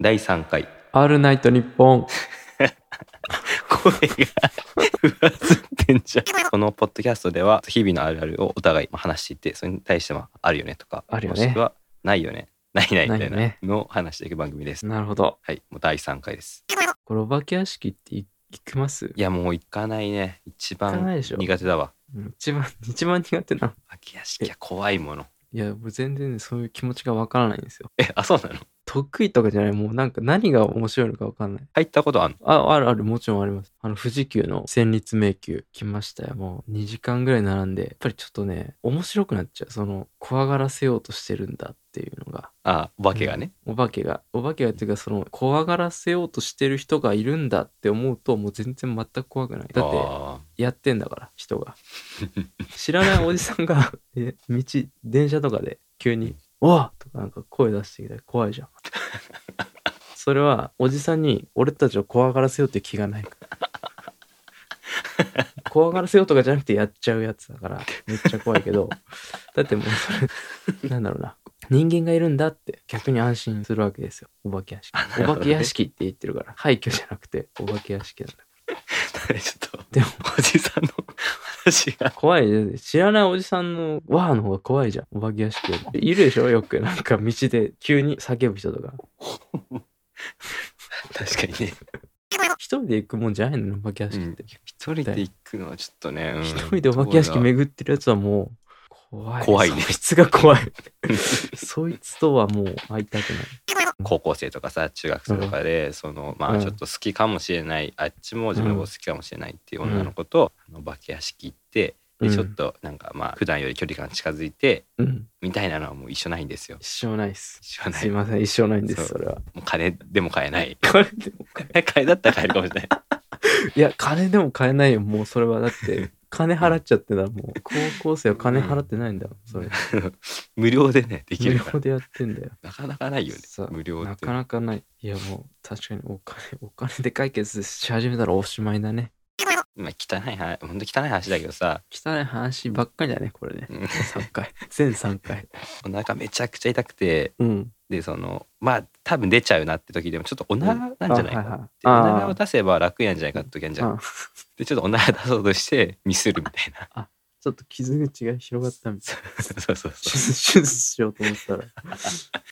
第3回。オールナイトニッポン。声が上ずってんじゃん。このポッドキャストでは、日々のあるあるをお互い話していて、それに対しては、あるよねとか、あるよねもしくは、ないよね、ないないみたいないよなねのを話していく番組です。なるほど。はい、もう第3回です。これお化け屋敷ってい行きますいや、もう行かないね。一行かな番いでしょ。苦手だわ。うん一番、 一番苦手な。秋屋敷は怖いもの。いや、もう全然ねそういう気持ちがわからないんですよ。え、あ、そうなの得意とかじゃない、もうなんか何が面白いのかわかんない。入ったことあんのあ、あるある、もちろんあります。あの、富士急の戦慄迷宮来ましたよ。もう2時間ぐらい並んで、やっぱりちょっとね、面白くなっちゃう。その、怖がらせようとしてるんだっていうのが。あ、お化けがね。お化けが、お化けがっていうか、その、怖がらせようとしてる人がいるんだって思うと、もう全然全く怖くない。だって、あやってんだから、人が。知らないおじさんが、 え道、電車とかで、急に、おわとかなんか声出してきたら怖いじゃん。それは、おじさんに、俺たちを怖がらせようって気がないから。怖がらせようとかじゃなくてやっちゃうやつだから、めっちゃ怖いけど、だってもうそれ、なんだろうな。人間がいるんだって逆に安心するわけですよ。お化け屋敷なる。ほどおね化け屋敷って言ってるから、廃墟じゃなくて、お化け屋敷なんだ。ー ちょっと、でも、おじさんの話が。怖いね知らないおじさんのわーの方が怖いじゃん。お化け屋敷より。いるでしょよく。なんか道で急に叫ぶ人とか。確かにね。一人で行くもんじゃないのねお化け屋敷って。一人で行くのはちょっとね。うん一人でお化け屋敷巡ってるやつはもう、怖い。怖いねそいつが怖い。そいつとはもう会いたくない。 高校生とかさ中学生とかで、そのまうあんちょっと好きかもしれない、あっちも自分のこと好きかもしれないっていう女の子と、あのお化け屋敷行ってうでんちょっとなんかまあ普段より距離感近づいてうん。みたいなのはもう一緒ないんですよ一生ないっす。一緒なすいいもません、一生ないんです、そそれは。 う金でも買えない 金でも買金だったら買えるかもしれないえ、いや、金でも買えないよ、もうそれは。だ って、金払っちゃってたらもう、高校生は金払ってないんだもん、それ。 無料でねでき無るから料でやってんだよ。なかなかないよねそう無料なってかなかない。いやもう確かにお金、 お金で解決し始めたらおしまいだね。まあ汚い話本当汚い話だけどさ汚い話ばっかりだね、これね。うん3回。全3回。お腹めちゃくちゃ痛くてうん。でそのまあ多分出ちゃうなって時でもちょっとおならなんじゃないかなあはいはいでおならをあー出せば楽やんじゃないかって時あるじゃうんん。でちょっとおなら出そうとしてミスるみたい な。ちょっと傷口が広がったみたい。そうそうそう手術手術しようと思ったら。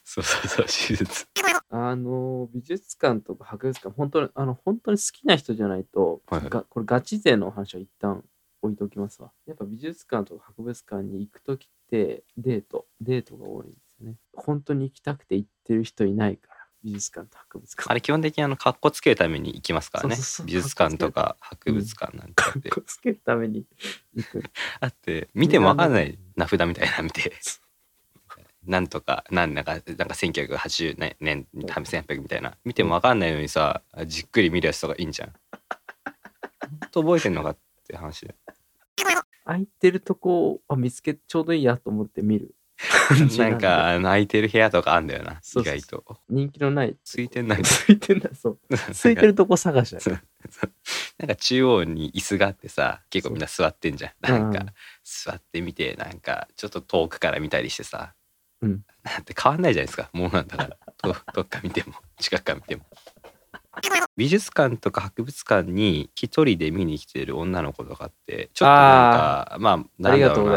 そうそうそう手 術。あの、美術館とか博物館、本当に、あの、本当に好きな人じゃないと、はいはいがこれガチ勢の話は一旦置いておきますわ。やっぱ美術館とか博物館に行くときって、デート、デートが多いんですよね。本当に行きたくて行ってる人いないから、美術館と博物館。あれ基本的にあの格好つけるために行きますからねそうそうそう。美術館とか博物館なんかで、こつけるために行く。あって見てもわかんない名札みたいなの見 て。なんとかなんだかなんか1980年1800みたいな見てもわかんないのにさじっくり見るやつとかいいんじゃん。本当覚えてんのかって話 で。空いてるとこをあ見つけ、ちょうどいいやと思って見る。 なんかあの空いてる部屋とかあんだよな意そうそう外と。人気のない。ついてんないついてんだ、そう。 ついてるとこ探しだそうなんか中央に椅子があってさ結構みんな座ってんじゃんそうなんうかん座ってみてなんかちょっと遠くから見たりしてさ、うんなんて変わんないじゃないですかもうなんだから 遠遠くから見ても近くから見ても美術館とか博物館に一人で見に来てる女の子とかってちょっとなんかまあなんだろうなありがとうごうんあ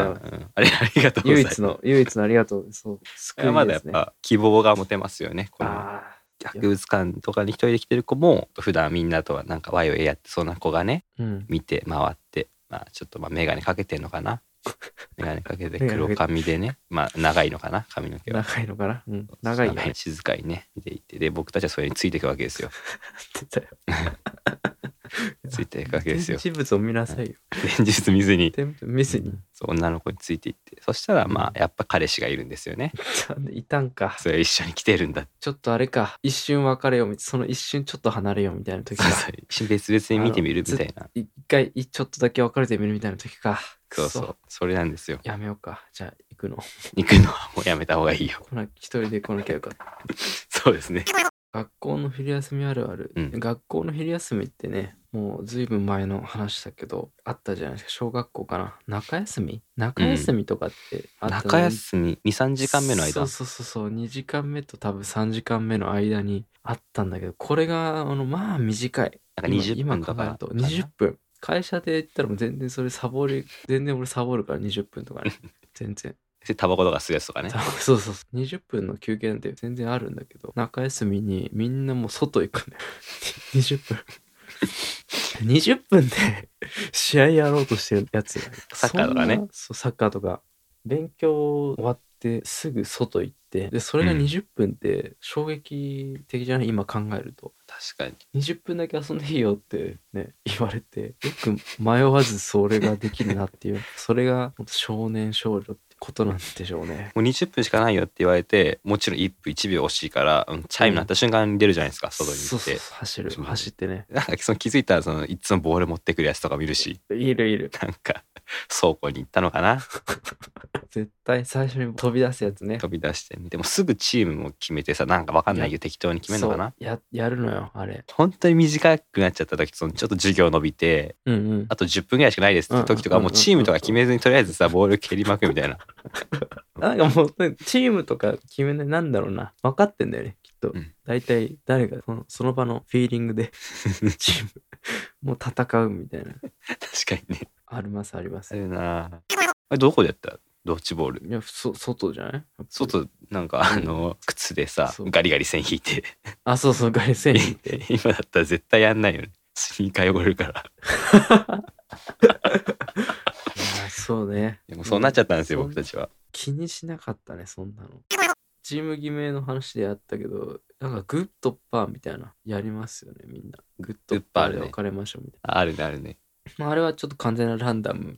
れありがとうござ唯います一の、唯一のありがとう。そう。こ救いれはまだでやっすねぱ希望が持てますよねこのあ博物館とかに一人で来てる子も普段みんなとはなんかワイワイやってそうな子がねあ。うん。見て回って、まあ、ちょっとまあ眼鏡かけてんのかな眼鏡かけて眼鏡かけて黒髪でねまあ長いのかな髪の毛は長いのかな、うん、長いよ。静かにね見ていてで僕たちはそれについていくわけですよ ついていくわけですよ展示物を見なさいよ。連日見ずに展示物見ずに。そう女の子についていってそしたらまあやっぱ彼氏がいるんですよねいたんか。それ一緒に来てるんだってちょっとあれか。一瞬別れよう。その一瞬ちょっと離れようみたいな時か。そう別々に見てみるみたいな一回、いちょっとだけ別れてみるみたいな時か。そうくそそうそれなんですよやめようか。じゃあ行くの。 行くのはもうやめた方がいいよこんな一人で来なきゃよかった。そうですね学校の昼休みあるある、うん学校の昼休みってねもうずいぶん前の話だけどあったじゃないですか小学校かな中休み中休みとかってあったのに、中休み23時間目のそ間うそうそうそう2時間目と多分3時間目の間にあったんだけどこれがあのまあ短いなんか20今分と今考えかると20分会社で言ったらもう全然それサボる全然俺サボるから20分とかね 全然でタバコとか吸うやつとかね多分 そうそうそう20分の休憩なんて全然あるんだけど中休みにみんなもう外行くね 20分 20分で試合やろうとしてるやつがいるサッカーとかねそんなそうサッカーとか勉強終わってすぐ外行ってでそれがうん20分って衝撃的じゃない、今考えると確かに20分だけ遊んでいいよってね言われてよく迷わずそれができるなっていうそれが本当少年少女ってことなんでしょうねもう20分しかないよって言われてもちろん1分1秒惜しいからうんチャイム鳴った瞬間に出るじゃないですか、外にそ行うっそうてそう走るそう走ってねなんかその気づいたらそのいつもボール持ってくるやつとか見るし いるいるなんか倉庫に行ったのかな絶対最初に飛び出すやつね飛び出してねでもすぐチームも決めてさなんかわかんないけど適当に決めるのかなそうややるのよあれ本当に短くなっちゃった時そのちょっと授業伸びてうんうんあと10分ぐらいしかないですって時とかうんうんもうチームとか決めずにとりあえずさボール蹴りまくみたい ななんかもうチームとか決めないなんだろうな分かってんだよねきっと、うん大体誰がそのその場のフィーリングでチームもう戦うみたいな確かにねありますありまあするなあれどこでやったドッジボールいやそ外じゃない外なんかあの靴でさそうガリガリ線引いて あそうそうガリセン引いて今だったら絶対やんないよねスニーカー汚れるからいやそうねでもそうなっちゃったんですようん僕たちは気にしなかったねそんなのチーム決めの話でやったけどなんかグッドパーみたいなやりますよねみんなグッドパーでグッドパーね分かれましょうみたいあるねあるねな、まあ、あれはちょっと完全なランダ ム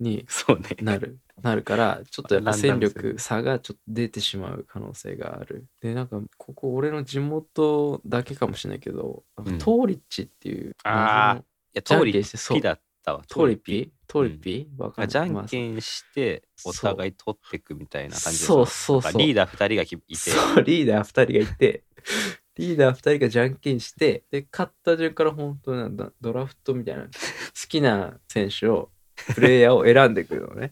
にそうねなるなるからちょっとやっぱランダ戦ムですね力差がちょっと出てしまう可能性があるでなんかここ俺の地元だけかもしれないけど、うんトーリッチっていうあいやじゃ通んりけんしてそうピだったわトーリピトーリピ、わかんないじゃまあんけんしてそうお互い取ってくみたいな感じでそうそうそなうんかリーダー2人がきいてそう、リーダー2人がい て、リーダー2人がじゃんけんして、で、勝った順から本当なんだ、ドラフトみたいな、好きな選手を、プレイヤーを選んでくる のね。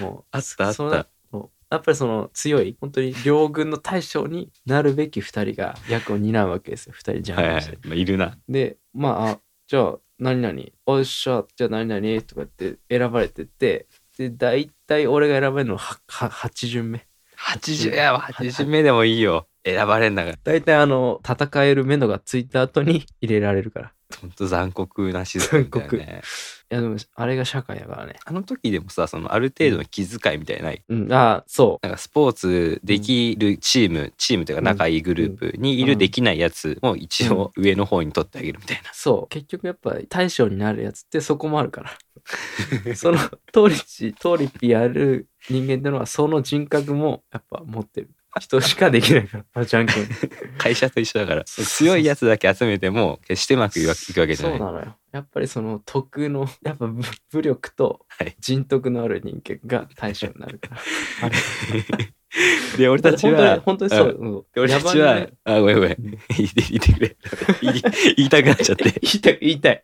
もう、あったあっそのたもうやっぱりその強い、本当に両軍の大将になるべき2人が役を担うわけですよ、2人じゃはんいけはんいして。まあいるなで、まああ、じゃあ、何々、おっしゃ、じゃあ何々とかって選ばれてって、で、大体俺が選ばれるのはは8巡目。 80いや80目でもいいよ選ばれんだから大体あの戦える目処がついた後に入れられるからいほんと残酷なシステムだよ残ねやでもあれが社会だからねあの時でもさそのある程度の気遣いみたいなないうんああそなんかスポーツできるチーム、チームというか仲いいグループにいるできないやつも一応上の方に取ってあげるみたいなうそう結局やっぱ大将になるやつってそこもあるか らそのトリチトリピやる人間ってのはその人格もやっぱ持ってる人しかできないから あじゃんけん会社と一緒だから強いやつだけ集めても決してうまくいわいくわけじゃないそうなのよやっぱりその徳のやっぱ武武力とはい人徳のある人間が大将になるから、 あれで俺たちは本当に本当にそう、うんで俺たち野蛮なはね、あ、ごめんごめん。言って言ってくれ。言い言いたくなっちゃって。言いた い、言いたい。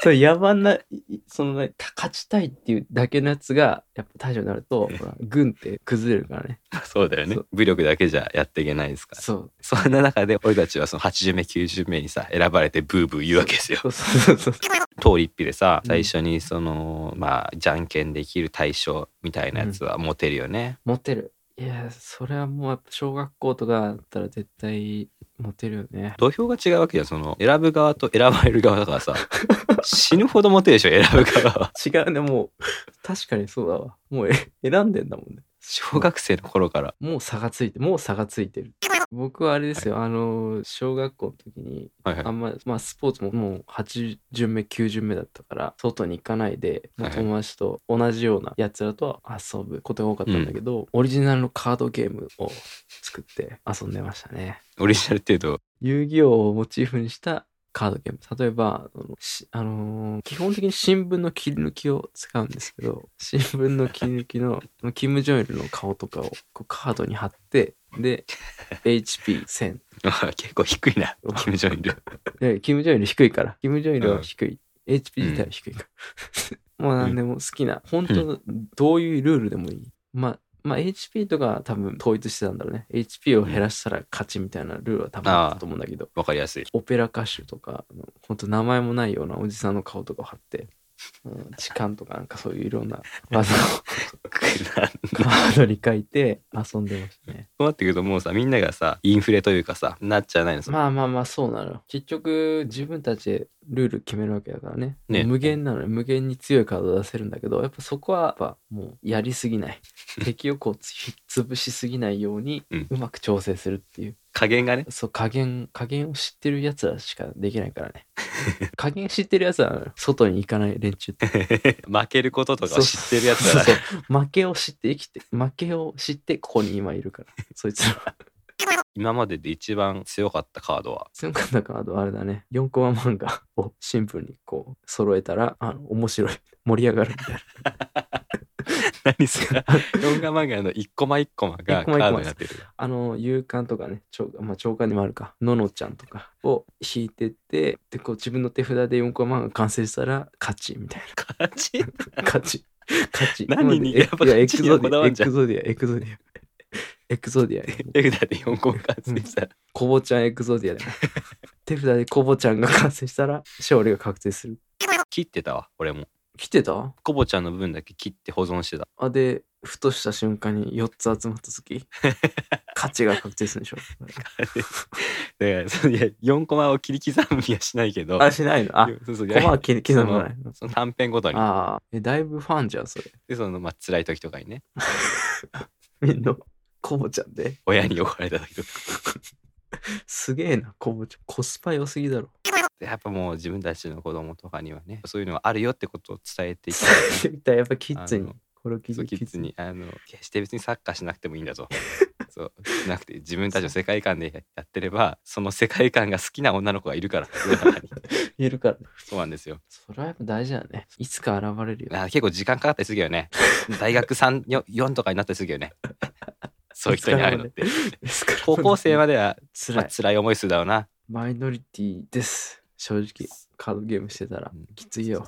そう、野蛮な、いいそのね、か勝ちたいっていうだけのやつが、やっぱ大将になると、ほら、軍って崩れるからね。そうだよねそう。武力だけじゃやっていけないですから。そう。そんな中で俺たちはその80名90名にさ選ばれてブーブー言うわけですよ。そうそうそうそう。通り一匹でさうん最初にそのまあじゃんけんできる対象みたいなやつはモテるよね。モテる。いや、それはもう、やっぱ小学校とかだったら絶対、モテるよね。土俵が違うわけじゃんその選ぶ側と選ばれる側だから さ死ぬほどモテるでしょ選ぶ側は。違うね、もう、確かにそうだわ。もう、え選んでんだもんね。小学生の頃から。もう差がついて、もう差がついてる。僕はあれですよ、あの、小学校の時に、はいはいあんま、まあ、スポーツももう8巡目9巡目だったから外に行かないでもはういはい友達と同じようなやつらと遊ぶことが多かったんだけど、オリジナルのカードゲームを作って遊んでましたねオリジナル程度遊戯王をモチーフにしたカードゲーム。例えば、あのしあのー基本的に新聞の切り抜きを使うんですけど、新聞の切り抜きの、 キム・ジョンイルの顔とかをこうカードに貼って、で、HP1000。結構低いな、キム・ジョンイル。いやキム・ジョンイル低いから。キム・ジョンイルは低い。HP 自体は低いから。 もう何でも好きな。本当のどういうルールでもいい。まあ、まあ HP とかは多分統一してたんだろうね。HP を減らしたら勝ちみたいなルールは多分あったと思うんだけど。わかりやすい。オペラ歌手とか、あの本当名前もないようなおじさんの顔とかを貼って、うん、痴漢とかなんかそういういろんな技を カードに書いて遊んでましたね。そうなってくるともうさみんながさインフレというかさなっちゃわないのそのまあまあまあそうなのよ。結局自分たちでルール決めるわけだからね。ね無限なのよ。無限に強いカードを出せるんだけど、やっぱそこはやっぱもうやりす ぎない。敵をこうつ潰しすぎないようにうんうまく調整するっていう。加減がねそう加減、加減を知ってる奴らしかできないから ね。加減知ってる奴らなのよ外に行かない連中って。負けることとかを知ってるやつだそかうそうそう負けを知って生きて、負けを知ってここに今いるから。 そいつら。ら今までで一番強かったカードは強かったカードはあれだね4コマ漫画 をシンプルにこう揃えたらあの面白い 盛り上がるみたい何す かな4画漫画の一コマ一コマがカ一コマ一コマードになってるあの勇敢とかね長,、まあ、長官でもあるかののちゃんとかを引いてってでこう自分の手札で4コマ漫画完成したら勝ちみたい勝ち な勝ち勝ち何になのでやエっぱ勝クちいにはこやエクゾだデわィアんエじゃんクゾディアエクゾディアエクゾディア 手札で4コマ完成したらコボちゃんエクゾデ ィアでも手札でコボちゃんが完成したら勝利が確定する切ってたわ俺も来てたコボちゃんの分だけ切って保存して たあでふとした瞬間に4つ集まっ た時価値が確定するんでしょだからそのいや4コマを切り刻みはしないけどあしないのあそうそうい駒やは切り刻まないのその短編ごとにああえだいぶファンじゃんそれでそのまあ辛い時とかにねみんなコボちゃんで親に怒られた時とかすげえなコボちゃんコスパ良すぎ だろやっぱもう自分たちの子供とかにはねそういうのがあるよってことを伝えていきたい伝えてみたいやっぱキッズあにのこれを聞いそう てキッズにあの決して別にサッカーしなくてもいいん だとそうしなくて自分たちの世界観でやってればその世界観が好きな女の子がいるから世の 中に言えるからそうなんですよそれはやっぱ大事だよねいつか現れるよあ結構時間かかったりするけどね大学34とかになったりするけ どね そういう人に会うの ってですから高校生まではつまらあい辛い思いするだろうなマイノリティです正直カードゲームしてたらうんきついよ